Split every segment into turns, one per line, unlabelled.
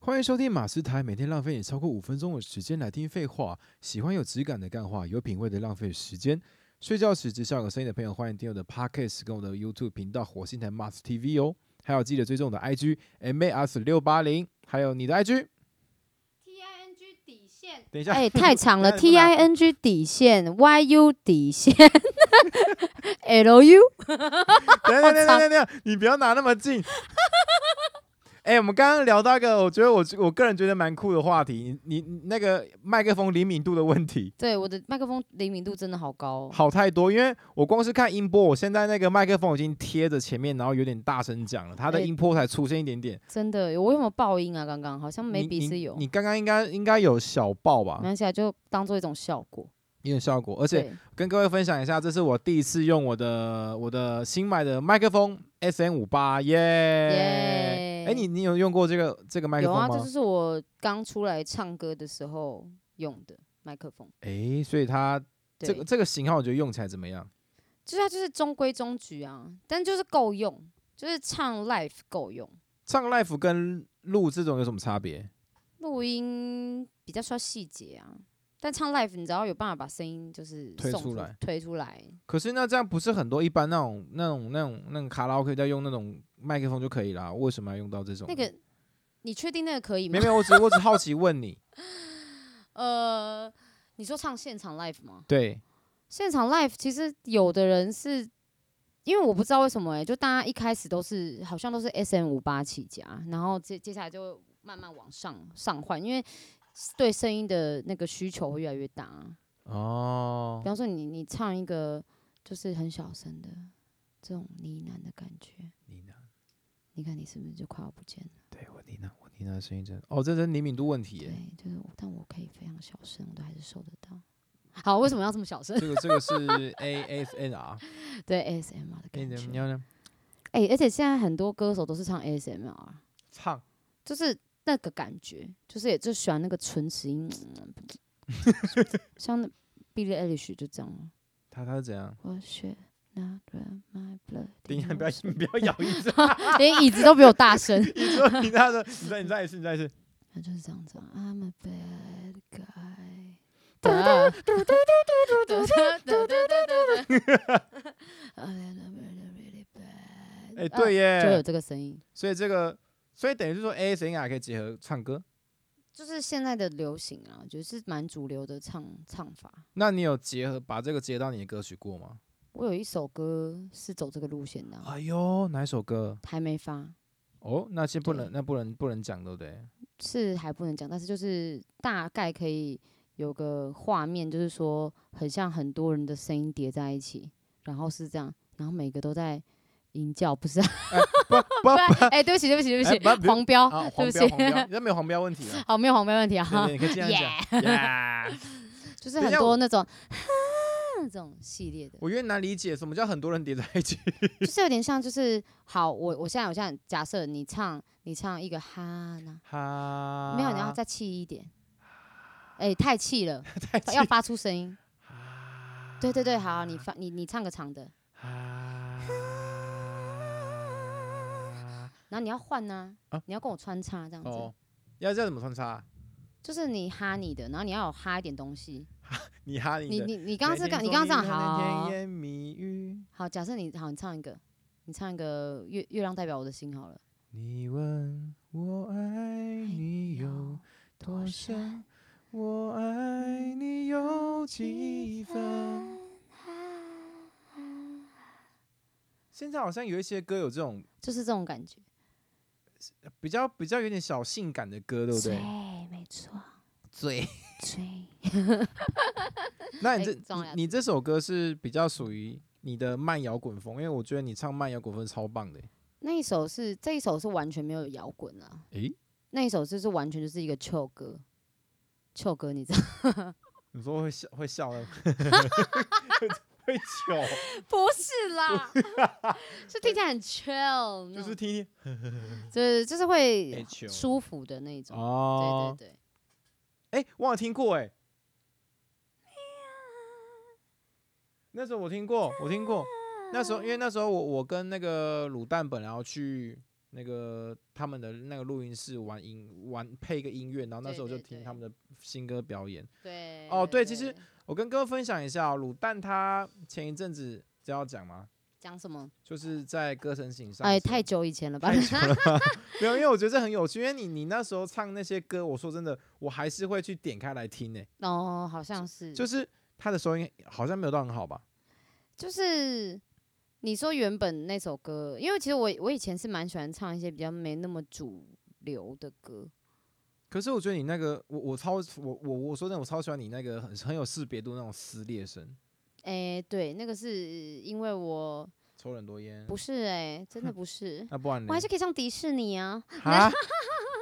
欢迎收听马斯台，每天浪费你超过五分钟的时间来听废话。喜欢有质感的干话，有品味的浪费时间。睡觉时只想有声音的朋友，欢迎订阅我的 Podcast 跟我的 YouTube 频道火星台 Mars TV 哦。还有记得追踪我的 IG MAS 六八零，还有你的 IG。
T I N G 底线，
等一下，
哎、太长 了
等一
，T
下
I N G 底线，Y U 底线 ，L U
等一下等一下等一下等一下，你不要拿那么 近。哎、我们刚刚聊到一个，我觉得我我个人觉得蛮酷的话题，你你那个麦克风灵敏度的问题。
对，我的麦克风灵敏度真的好高、哦。
好太多，因为我光是看音波，我现在那个麦克风已经贴着前面，然后有点大声讲了，它的
哎
音波才出现一点点。
真的，我有没有爆音啊？刚刚好像
你
maybe
你
是有，
你刚刚应该应该有小爆吧
没，关系啊，就当做一种效果。
有点效果。而且
对，
跟各位分享一下，这是我第一次用我的我的新买的麦克风 S N 五八耶。
耶
哎，你你有用过这个这个麦克
有
风吗
啊，？这就是我刚出来唱歌的时候用的麦克风。
哎，所以它
对，
这个这个型号，我觉得用起来怎么样？
就是它就是中规中矩啊，但就是够用，就是唱 l i f e 够用。
唱 l i f e 跟录这种有什么差别？
录音比较需要细节啊，但唱 live 你只要有办法把声音就是
推
送
出来，
推出来，
可是那这样不是很多一般那种那种那种那种卡拉 OK 在用那种麦克风就可以啦，为什么要用到这种？
那个你确定那个可以
没有？
吗
没有，我只我只好奇问 你，
呃，你说唱现场 live 吗？
对，
现场 live 其实有的人是。因为我不知道为什么哎、就大家一开始都是好像都是 S M 五八起家，然后接接下来就慢慢往上上换，因为对声音的那个需求会越来越大啊、
哦
比，方说你你唱一个就是很小声的这种呢喃的感觉，
你呢？
你看你是不是就快要不见了？
对我你呢？我你呢？声音真的哦，这是灵敏度问题耶。
对，就是我，但我可以非常小声，我都还是收得到。好，为什么要这么小声？
这个这个是 ASMR，
对 ASMR 的
哎
感
你你
觉。
要呢？
哎、而且现在很多歌手都是唱 ASMR，
唱，
就是那个感觉，就是也就喜欢那个唇齿音，像那 Billie Eilish 就这样了。
他他是怎样？
我血 not run my blood。
等一下，不要不要咬一 次，
连椅子都比我大声。
你说你他的，你再你再一次，你再一次，
他就是这样子啊，I'm a bad guy。哒嘟嘟嘟嘟嘟嘟嘟嘟嘟嘟 嘟。
哎，对
呃啊就有
耶，
这个声音，
所以这个，所以等于是说 ASMR 可以结合唱歌。
就是现在的流行啊，就是蛮主流的唱唱法。
那你有结合把这个接到你的歌曲过吗？
我有一首歌是走这个路线的啊，
哎呦，哪一首歌？
还没发，
哦，那些不
对
能，那不能，不能讲，对不对？
是还不能讲，但是就是大概可以有个画面，就是说很像很多人的声音叠在一起，然后是这样，然后每个都在吟叫，不 是啊？
哎 不不
不然，哎、对不起，对不起，对不
哎
起，
不要不要
黄标，
啊，
哦对
黄标
不起
黄，标，那没有黄标问题 了。
好，没有黄标问题
对
啊，
对，你可以这样讲。Yeah
就是
等一
很
下
多那种那种系列的，
我有点难理解什么叫很多人叠在一起。
就是有点像，就是好，我我现在我现在假设你唱你唱一个哈呢，
哈，
没有，你要再气一点，哎、太气了， 要发出声音，
啊
对对对，好，你发你你唱个长的，
哈
然后你要换呢、
啊
你要跟我穿插这样子，
哦，要这样怎么穿插？啊
就是你哈你的，然后你要有哈一点东西，
你哈你
你
的。
你你刚刚是
每
刚
天
你刚刚这样
说你的
好
甜。言蜜语，
好，假设你好，你唱一个，你唱一个月月亮代表我的心好了。
你问我爱你有多深？我爱你有几分？现在好像有一些歌有这种
就是这种感觉，
比较比较有点小性感的歌，对不对？
没错，
嘴。
追。
那你
哎
这
撞了
你你这首歌是比较属于你的慢摇滚风，因为我觉得你唱慢摇滚风超棒的。
那一首是这一首是完全没有摇滚啊，
诶，
那一首就是完全就是一个秋歌，秋歌你知道？
你说会笑会笑 的，会糗，
不是 啦，是听起来很 chill，
就是
那种
听听
就是就是
哎
会
糗
舒服的那一种。对
哦。
对对，
哎、我好像听过哎、那时候我听过，我听过。那时候因为那时候我我跟那个卤蛋本来要去那个他们的那个录音室玩音玩配一个音乐，然后那
对
时候我就
对
听
对
他们的新歌表演。
对，
哦对其实我跟各位分享一下哦、卤蛋他前一阵子这要讲吗？
讲什么？
就是在歌神醒上的时候，
哎，太久以前了吧？
太久了，没有，因为我觉得这很有趣，因为你你那时候唱那些歌，我说真的，我还是会去点开来听呢、
哦，好像是，就
就是他的收音好像没有到很好吧？
是你说原本那首歌，因为其实我我以前是蛮喜欢唱一些比较没那么主流的歌，
可是我觉得你那个，我我超我我我说真的，我超喜欢你那个很很有识别度那种撕裂声，
哎，对，那个是因为我
抽了很多烟，
不是哎、真 的不是。
那不然
我还
嘞
是可以上迪士尼啊！
啊，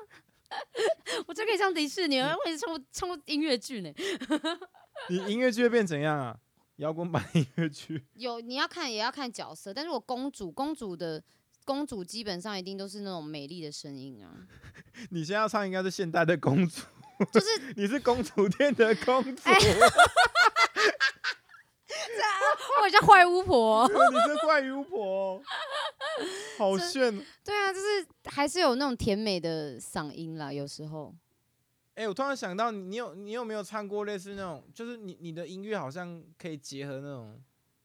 我真可以上迪士尼，啊！我也是唱过唱过音乐剧呢。
你音乐剧会变怎样啊？摇滚版音乐剧，
有你要看也要看角色，但是我公主公主的公主基本上一定都是那种美丽的声音啊，
你现在要唱应该是现代的公主，
就是哎
你是公主殿的公主，
我叫坏巫婆。
你是怪巫婆，好
这
炫哦！
对啊，就是还是有那种甜美的嗓音啦，有时候。
哎、我突然想到你，你有你有没有唱过类似那种，就是你你的音乐好像可以结合那种，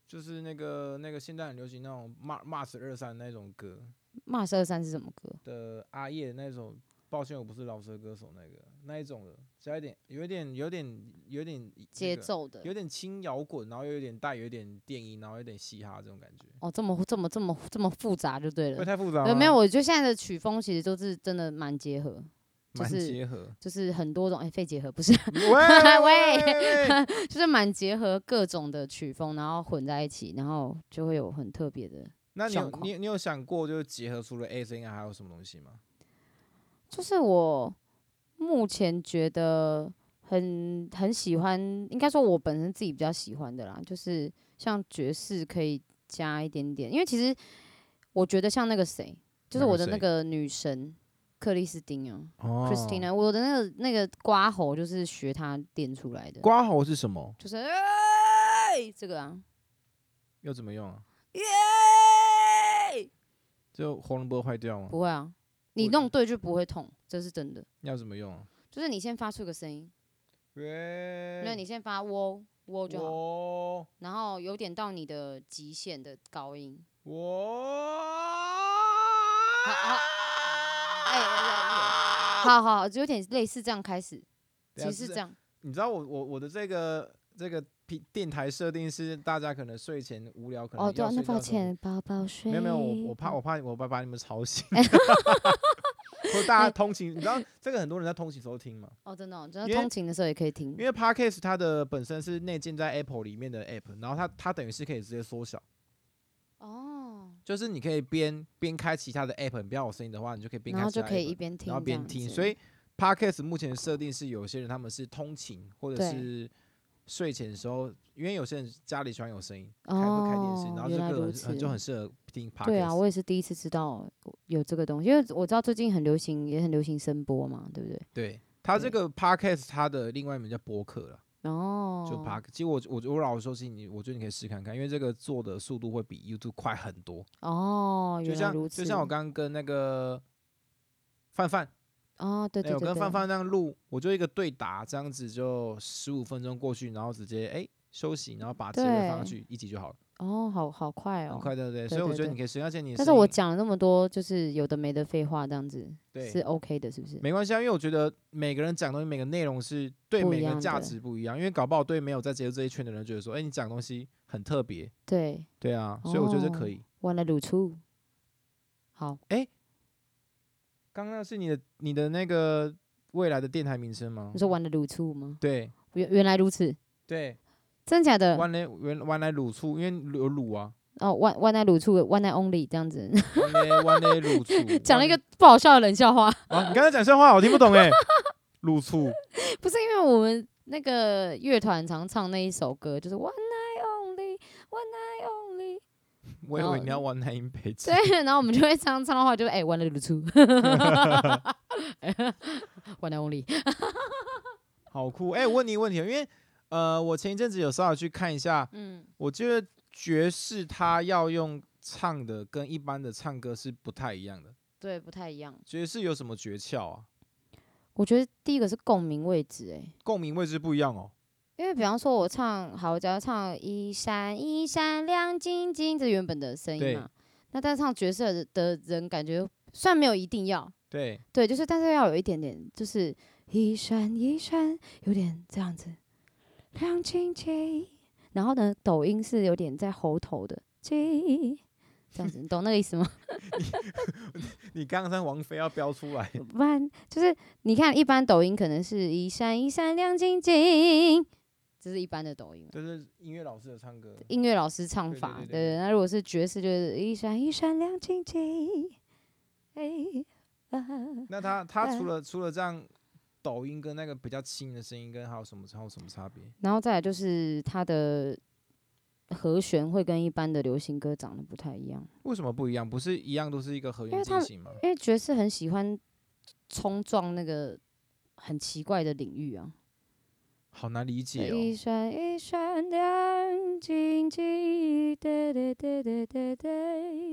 就是那个那个现在很流行那种骂骂死二三那种歌
骂十二三是什么歌？
的阿叶那种，抱歉我不是饶舌歌手那个那一种的，加一点有一点有点有点那
节
个，
奏的。
有点轻摇滚，然后又有点带有点电音，然后有点嘻哈这种感觉，
哦，这么这么这么这么复杂就对
会
了。
太复杂
对，
吗？
呃没有，，我觉得现在的曲风其实都是真的蛮结合，就
蛮
是
结 合。
就是很多种哎，肺结合不是，
喂喂喂
喂
喂喂
就是蛮结合各种的曲风，然后混在一起，然后就会有很特别的，
那你有
状况
你你有想过，就是结合除了 A 声音还有什么东西吗？
就是我目前觉得很很喜欢，应该说我本身自己比较喜欢的啦，就是像爵士可以加一点点，因为其实我觉得像那个谁，就
哪
是
个
我的那
谁
个女神克里斯汀啊、
哦
c h r i s t i n a 我的那个那个刮喉就是学她练出来的，
刮喉是什么？
就是、哎这个啊，
又怎么用啊？
耶、
就喉咙不会坏掉吗？
不会啊，你
我
弄对就不会痛，这是真的。
要怎么用啊？
就是你先发出一个声音，
喂
那你先发喔喔就好，
我
然后有点到你的极限的高音。
我啊
好好哎哎哎好好好，就有点类似这样开始，其
等
实
一下
是这。样。
你知道我我我的这个这个频电台设定是大家可能睡前无聊可能
哦，对、啊
要，
那
睡觉的时
抱
候
歉，宝宝睡。
没有没有，我我怕我怕我怕把你们吵醒。
哎
或大家通勤，你知道这个很多人在通勤时候听吗？
哦，真的、哦，真
因
的
为
通勤的时候也可以听
因。为 Podcast 它的本身是内建在 Apple 里面的 App，然后它它等于是可以直接缩小，
哦，
就是你可以边边开其他的 App，你不要有声音的话，你就可以边
然
开
后
其
就
他
可以一
App，
边听，
然后边听。所以 Podcast 目前的设定是有些人他们是通勤或者
对
是睡前的时候，因为有些人家里喜欢有声音，开会
哦，
开电视，然后这
原来
个
如
人
此
很就很适合听 Podcast。
对啊，我也是第一次知道有这个东西，因为我知道最近很流行，也很流行声波嘛，对不对？
对它这
对
个 Podcast 它的另外一名叫播客了，
哦，
就 Pod。其实我我我老实说，其实你我觉得你可以试看看，因为这个做的速度会比 YouTube 快很多。
哦，
就
原来
像
如此。
就像我刚刚跟那个范范，
哦，对
哎
对
我
对
跟
对
范范那样录，我就一个对答，这样子就十五分钟过去，然后直接哎、休息，然后把结尾放上
对
去一集就好了，
哦，好好快哦，
很快，对不对？所以
对
我
对
觉得
对
你可以试，而且你的
但是
声
我
音
讲了那么多，就是有的没的废话，这样子是
对
OK 的，是不是？
没关系啊，因为我觉得每个人讲东西，每个内容是对
不
每
一
个人
样
价
的
值不一样，因为搞不好对没有在接触这一圈的人觉得说，哎、你讲东西很特别，
对，
对啊，所以我觉得这可
哦
以。
完了卤出。好，
刚刚那是你的你的那个未来的电台名称吗
你？说嗯完了卤出吗？
对
原原来如此，
对，
真假的？
原来原原来卤醋，因为卤有卤啊，
哦，万万奈卤出万奈 only 这样子，
原来原来卤醋，
讲了一
原
个不好笑的冷笑话。
来啊，你刚才讲笑话我听不懂 哎，卤醋，
不是因为我们那个乐团常唱那一首歌，就是 One Night Only，One Night Only。
我以
然后
为你要玩南音培植，
对，然后我们就会唱唱的话，就哎，One Night 卤 出，One Night Only。
好酷哎，我问你一个问题，因为呃，我前一阵子有稍微去看一下，
嗯，
我觉得爵士它要用唱的跟一般的唱歌是不太一样的，
对，不太一样。
觉得是有什么诀窍啊？
我觉得第一个是共鸣位置、欸，诶，
共鸣位置不一样哦。
因为比方说我唱好，我只要唱一闪一闪亮晶晶，这原本的声
对
音嘛。那但是唱角色的人，感觉虽然没有一定要，
对，
对，就是但是要有一点点，就是一闪一闪，有点这样子亮晶晶。然后呢，抖音是有点在喉头的，晶这样子，你懂那个意思吗？
你刚刚王菲要飙出来，
不然就是你看，一般抖音可能是一闪一闪亮晶晶，这是一般的抖音。
这是音乐老师的唱歌。
音乐老师唱法，
对对对
对
对
那如果是爵士，就是一闪一闪亮晶晶，哎、啊，
那他他除了除了这样抖音跟那个比较轻的声音，跟还有什么还有什么差别？
然后再来就是它的和弦会跟一般的流行歌长得不太一样，
为什么不一样？不是一样都是一个和
因
弦
为他
进行
们
吗？
因为爵士很喜欢冲撞那个很奇怪的领域啊。
好难理解
一
哦。
闪一闪亮晶晶，哒哒哒哒哒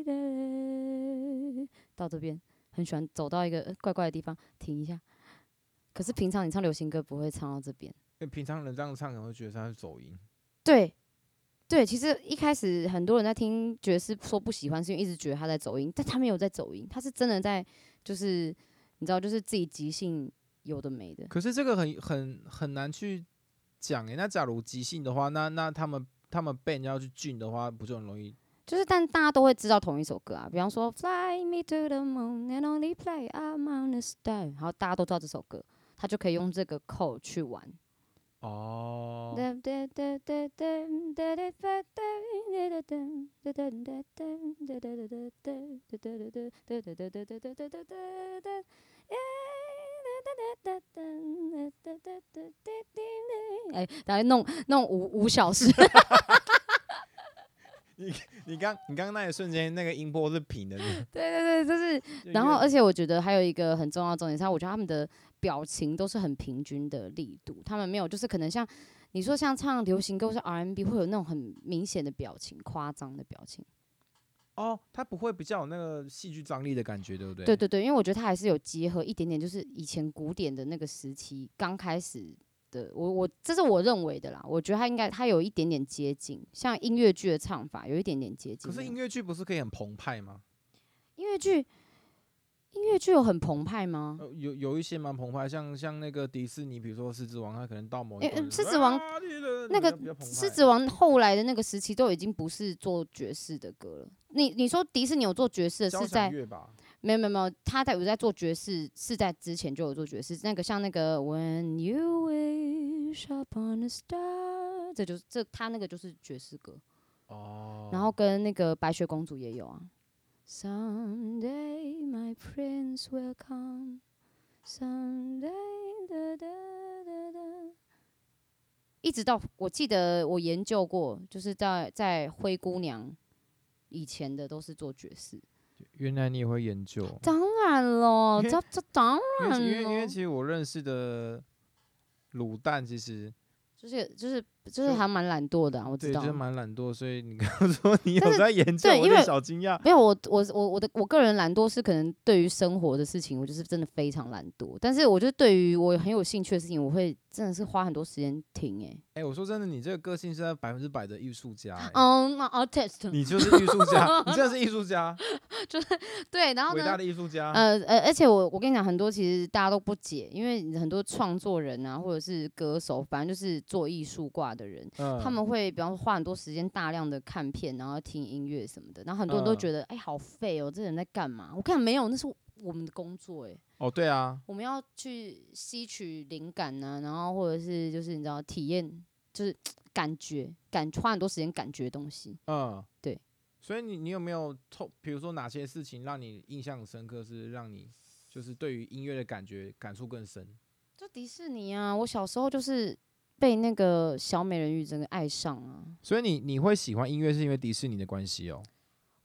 哒哒。到这边很喜欢走到一个呃怪怪的地方停一下，可是平常你唱流行歌不会唱到这边。
因为平常人这样唱，可能会觉得他是走音。
对，对，其实一开始很多人在听爵士说不喜欢，是因为一直觉得他在走音，但他没有在走音，他是真的在就是你知道，就是自己即兴有的没的。
可是这个很很很难去讲欸诶。那假如即兴的话，那那他们他们被人家去俊的话，不就很容易？
就是，但大家都会知道同一首歌啊，比方说《Fly Me to the Moon and Only Play I'm on a Star》，然后大家都知道这首歌，他就可以用这个扣去玩。
哦，
哒哒哒哒哒哒哒哒哒哒哒哒哒哒哒哒哒哒哒哒哒哒哒哒哒哒哒哒哒哒哒哒哒。哎，大概弄弄五五小时，
你刚你刚刚那一瞬间那个音波是平的，
对对对，就是 然后，而且我觉得还有一个很重要的重点是，我觉得他们的表情都是很平均的力度，他们没有就是可能像你说像唱流行歌或是 R&B 会有那种很明显的表情，夸张的表情。
哦，他不会比较有那个戏剧张力的感觉，对不对？
对对对，因为我觉得它还是有结合一点点，就是以前古典的那个时期刚开始。的，我我这是我认为的啦，我觉得它应该它有一点点接近，像音乐剧的唱法有一点点接近
可
那
是
样。
音乐剧不是可以很澎湃吗？
音乐剧，音乐剧有很澎湃吗？
呃有有一些蛮澎湃，像像那个迪士尼，比如说《狮子王》，它可能到某一
诶
段
嗯
就
狮
说
子王
啊你的
那
比较
个
比较澎
狮
湃
子王后来的那个时期都已经不是做爵士的歌了。你你说迪士尼有做爵士的
交
是
响
在
乐吧？
没有没有没有，他在有在做爵士是在之前就有做爵士。那个像那个 When You Wish Upon a Star，这就是这他那个就是爵士歌。
哦，
然后跟那个白雪公主也有啊。Someday my prince will come. Someday da da da da。一直到我记得我研究过，就是在在灰姑娘以前的都是做爵士。
原来你也会研究，
当然 咯，
因为
这这当
因为
然
其因为因为
咯，
其实我认识的卤蛋其实
就是就是就是还蛮懒惰的、啊，我
对
知道
就是。蛮懒惰，所以你刚刚说你有
但是
在研究，
对
我
因
就
为
小惊讶。
没有，我我我我的我个人懒惰是可能对于生活的事情，我就是真的非常懒惰。但是我就对于我很有兴趣的事情，我会真的是花很多时间听、欸。
哎、我说真的，你这个个性是在百分之百的艺术家、欸
哎，嗯、a r t i s t
你就是艺术 家，你真的是艺术家，
对，然后
伟大
呢？
的艺术家。
呃呃，而且我我跟你讲，很多其实大家都不解，因为很多创作人啊，或者是歌手，反正就是做艺术挂的人，
嗯
他们会比方说花很多时间大量的看片，然后听音乐什么的，然后很多人都
嗯
觉得，哎、好废哦，这人在干嘛？我看没有，那是我们的工作、欸，
哦，对啊，
我们要去吸取灵感呢、然后或者是就是你知道体验，就是感觉感花很多时间感觉东西。
嗯，
对。
所以你你有没有透，比如说哪些事情让你印象深刻，是让你就是对于音乐的感觉感触更深？
就迪士尼啊，我小时候就是被那个小美人鱼整个爱上啊，
所以你你会喜欢音乐是因为迪士尼的关系哦。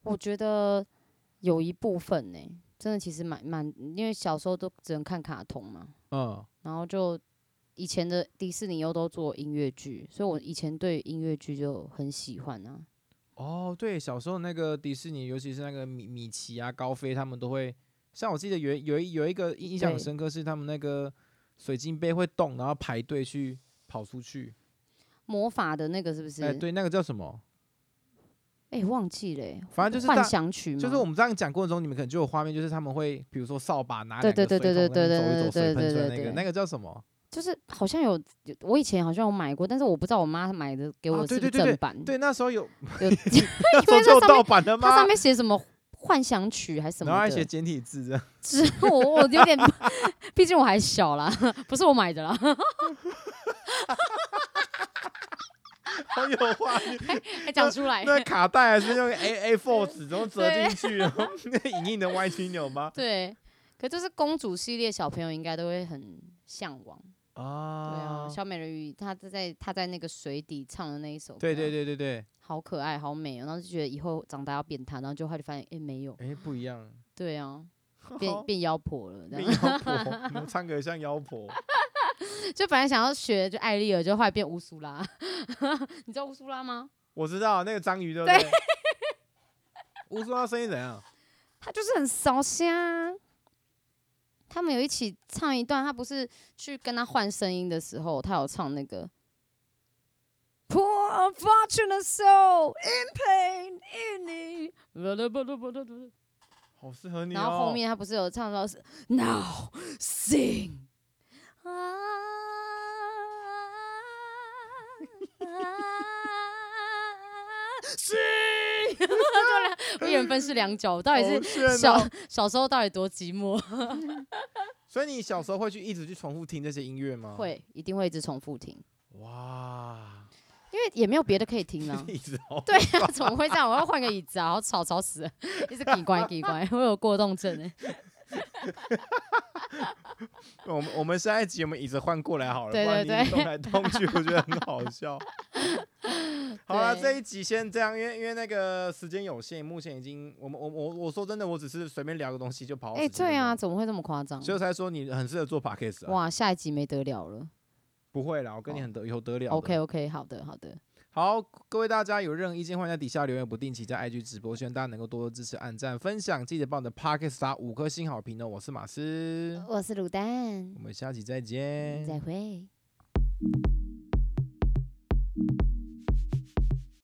我觉得有一部分呢、真的其实蛮蛮，因为小时候都只能看卡通嘛，
嗯，
然后就以前的迪士尼又都做音乐剧，所以我以前对音乐剧就很喜欢啊。
哦，对，小时候那个迪士尼，尤其是那个米米奇啊、高飞，他们都会像我记得有一有一有一个印印象很
对
深刻是他们那个水晶杯会动，然后排队去跑出去。
魔法的那个是不是？
哎、对，那个叫什么？
哎、忘记了、欸，
反正就是大
幻想曲吗？
就是我们这样讲过程中，你们可能就有画面，就是他们会比如说扫把拿
对
两个
对
水
对
桶
对
在那边
对
走一走，水
对对
喷出来
对
那个
对
那个叫什么？
就是好像有，有我以前好像有买过，但是我不知道我妈买的给我
啊
的
对
是不是
对对
正版。
对，那时候 有
有
那时候就有盗版的
它
吗
上？面写什么幻想曲还是什
然后
么
还写
的，
简体字这样。
之后我我有点，毕竟我还小啦，不是我买的啦，
好 有画面，
还讲出来。
那卡带还是用 A A four 纸然后折进去， 然后那影印的歪曲钮吗？
对，可这是公主系列，小朋友应该都会很向往。对啊，
啊，
小美人鱼她在她在那个水底唱的那一首，
对对，对对对，
好可爱，好美哦。然后就觉得以后长大要变她，然后就后来就发现，哎、没有，
哎，不一样，
对啊，
好
变变妖婆了，这
变
样。
妖婆， 你们唱歌也像妖婆，
就本来想要学就艾丽尔，就后来变乌苏拉。 你知道乌苏拉吗？
我知道那个章鱼对不对？乌苏拉声音怎样？
她就是很烧香。他们有一起唱一段，她不是去跟他换声音的时候，她有唱那个 Poor unfortunate soul in pain in need。
好适合你
然后后
哦。
面他不是有唱到是 Now sing 啊。是，对了，我一人分饰两角，我到底
好
是
炫哦
小小时候到底多寂寞？
所以你小时候会去一直去重复听这些音乐吗？。
会，一定会一直重复听，
哇，。
因为也没有别的可以听了
一直好。
对啊，怎么会这样？我要换个椅子啊，好吵，吵死了，一直叽乖叽乖，我有过动症哎。
我们我们下一集我们椅子换过来好了，
对
不然
对
你
对
动来动去，我觉得很好 笑。好了，
对
这一集先这样，因为因为那个时间有限，目前已经我们我我我说真的，我只是随便聊个东西就跑。
哎，对啊，，怎么会这么夸张？
所以我才说你很适合做 podcast 啊。
哇，下一集没得了了。
不会啦，我跟你很得有得了的。
OK OK，好的好的，
好，各位大家有任何意见，欢迎在底下留言，不定期在 IG 直播，希望大家能够多多支持、按赞、分享，记得帮我们的 podcast 打五颗星好评哦。
呃
我是马斯，
我是卤蛋
嗯我，们下期再见，
再会。